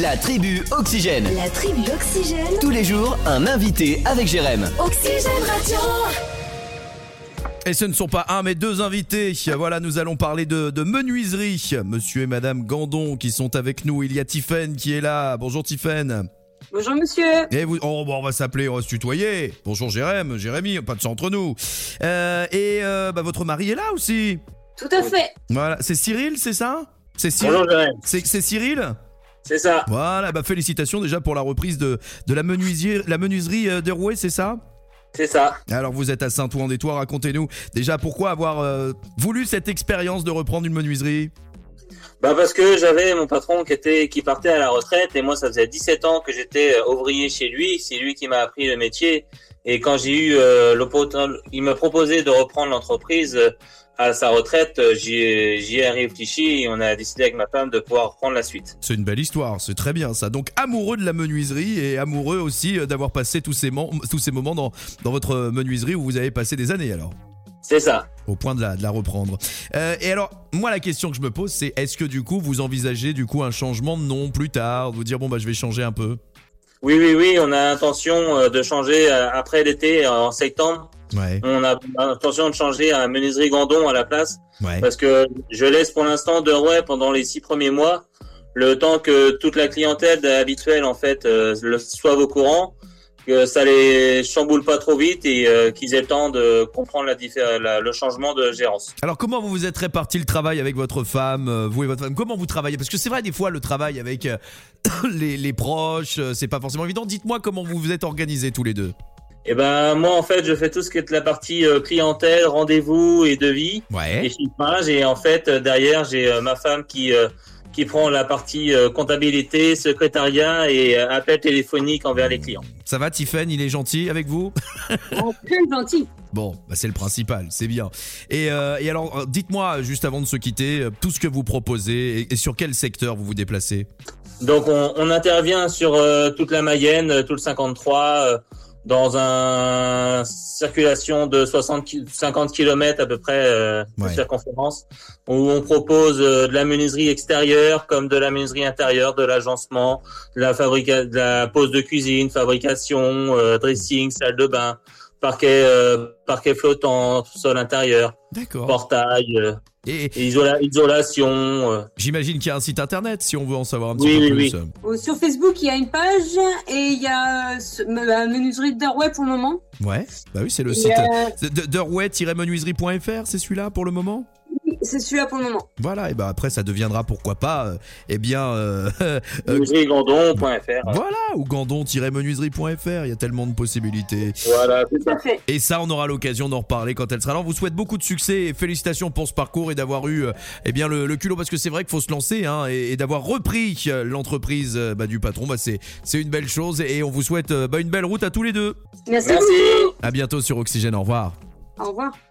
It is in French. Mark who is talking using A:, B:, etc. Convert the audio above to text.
A: La tribu Oxygène.
B: La tribu Oxygène.
A: Tous les jours, un invité avec Jérém.
B: Oxygène Radio.
C: Et ce ne sont pas un mais deux invités. Voilà, nous allons parler de, de menuiserie. Monsieur et Madame Gandon qui sont avec nous. Il y a Tiffaine qui est là. Bonjour Tiffaine.
D: Bonjour monsieur.
C: Et vous, oh, bon, on va s'appeler, on va se tutoyer. Bonjour Jérém, Jérémy, pas de ça entre nous. Euh, et euh, bah, votre mari est là aussi.
D: Tout à fait.
C: Voilà, c'est Cyril, c'est ça C'est Cyril.
E: Bonjour Jérém,
C: C'est c'est Cyril
E: c'est ça.
C: Voilà, bah félicitations déjà pour la reprise de, de la, menuisier, la menuiserie euh, de Rouet, c'est ça
E: C'est ça.
C: Alors vous êtes à Saint-Ouen-des-Toits, racontez-nous déjà pourquoi avoir euh, voulu cette expérience de reprendre une menuiserie
E: Bah parce que j'avais mon patron qui était qui partait à la retraite et moi ça faisait 17 ans que j'étais euh, ouvrier chez lui, c'est lui qui m'a appris le métier et quand j'ai eu euh, l'opportun- il m'a proposé de reprendre l'entreprise euh, à sa retraite, euh, j'y ai, j'y ai réfléchi et on a décidé avec ma femme de pouvoir prendre la suite.
C: C'est une belle histoire, c'est très bien ça. Donc amoureux de la menuiserie et amoureux aussi euh, d'avoir passé tous ces, mom- tous ces moments dans, dans votre menuiserie où vous avez passé des années alors
E: C'est ça.
C: au point de la, de la reprendre. Euh, et alors, moi, la question que je me pose, c'est est-ce que du coup, vous envisagez du coup un changement de nom plus tard, de vous dire bon bah je vais changer un peu.
E: Oui oui oui, on a intention euh, de changer euh, après l'été euh, en septembre,
C: Ouais,
E: on a intention de changer à menuiserie Gandon à la place.
C: ouais.
E: Parce que je laisse pour l'instant de Rouet pendant les six premiers mois, le temps que toute la clientèle habituelle en fait euh, le- soit au courant, que ça les chamboule pas trop vite et euh, qu'ils aient le temps de comprendre la, diffé- la- le changement de gérance.
C: Alors comment vous vous êtes réparti le travail avec votre femme, euh, vous et votre femme Comment vous travaillez Parce que c'est vrai des fois le travail avec euh, les, les proches, euh, c'est pas forcément évident. Dites-moi comment vous vous êtes organisés tous les deux.
E: Et ben moi en fait je fais tout ce qui est de la partie euh, clientèle, rendez-vous et devis et
C: Ouais.
E: chiffrage et en fait euh, derrière j'ai euh, ma femme qui euh, qui prend la partie euh, comptabilité, secrétariat et euh, appel téléphonique envers les clients.
C: Ça va, Tiffen Il est gentil avec vous
D: Oh, très gentil.
C: Bon, bah, c'est le principal, c'est bien. Et, euh, et alors, euh, dites-moi juste avant de se quitter euh, tout ce que vous proposez et- et sur quel secteur vous vous déplacez.
E: Donc on, on intervient sur euh, toute la Mayenne, euh, tout le 53, euh, dans un circulation de 60, ki- 50 km à peu près euh, de
C: Ouais.
E: circonférence, où on propose euh, de la menuiserie extérieure comme de la menuiserie intérieure, de l'agencement, de la, fabrica- de la pose de cuisine, fabrication, euh, dressing, salle de bain, parquet, euh, parquet flottant, sol intérieur,
C: D'accord.
E: portail, euh,
C: Et, et
E: isola- isolation. euh,
C: j'imagine qu'il y a un site internet si on veut en savoir un petit
E: Oui,
C: peu
E: oui,
C: plus.
D: Oh, Sur Facebook, il y a une page et il y a euh, ce- la menuiserie de Darway pour le moment.
C: Ouais. Bah oui, c'est le
D: Et,
C: site
D: euh,
C: de- de- derouet-menuiserie.fr, c'est celui-là pour le moment.
D: c'est celui-là pour le moment.
C: Voilà. Et bah après, ça deviendra pourquoi pas. euh, eh bien, euh, Euh,
E: menuiseriegandon.fr.
C: voilà. Ou gandon-menuiserie.fr. Il y a tellement de possibilités.
E: Voilà, c'est
D: Tout
E: ça.
D: à fait.
C: Et ça, on aura l'occasion d'en reparler quand elle sera là. On vous souhaite beaucoup de succès et félicitations pour ce parcours et d'avoir eu euh, eh bien, le, le culot, parce que c'est vrai qu'il faut se lancer hein, et, et d'avoir repris euh, l'entreprise euh, bah, du patron. Bah, c'est c'est une belle chose et on vous souhaite euh, bah, une belle route à tous les deux.
D: Merci,
E: Merci.
D: beaucoup.
C: À bientôt sur Oxygène. Au revoir.
D: Au revoir.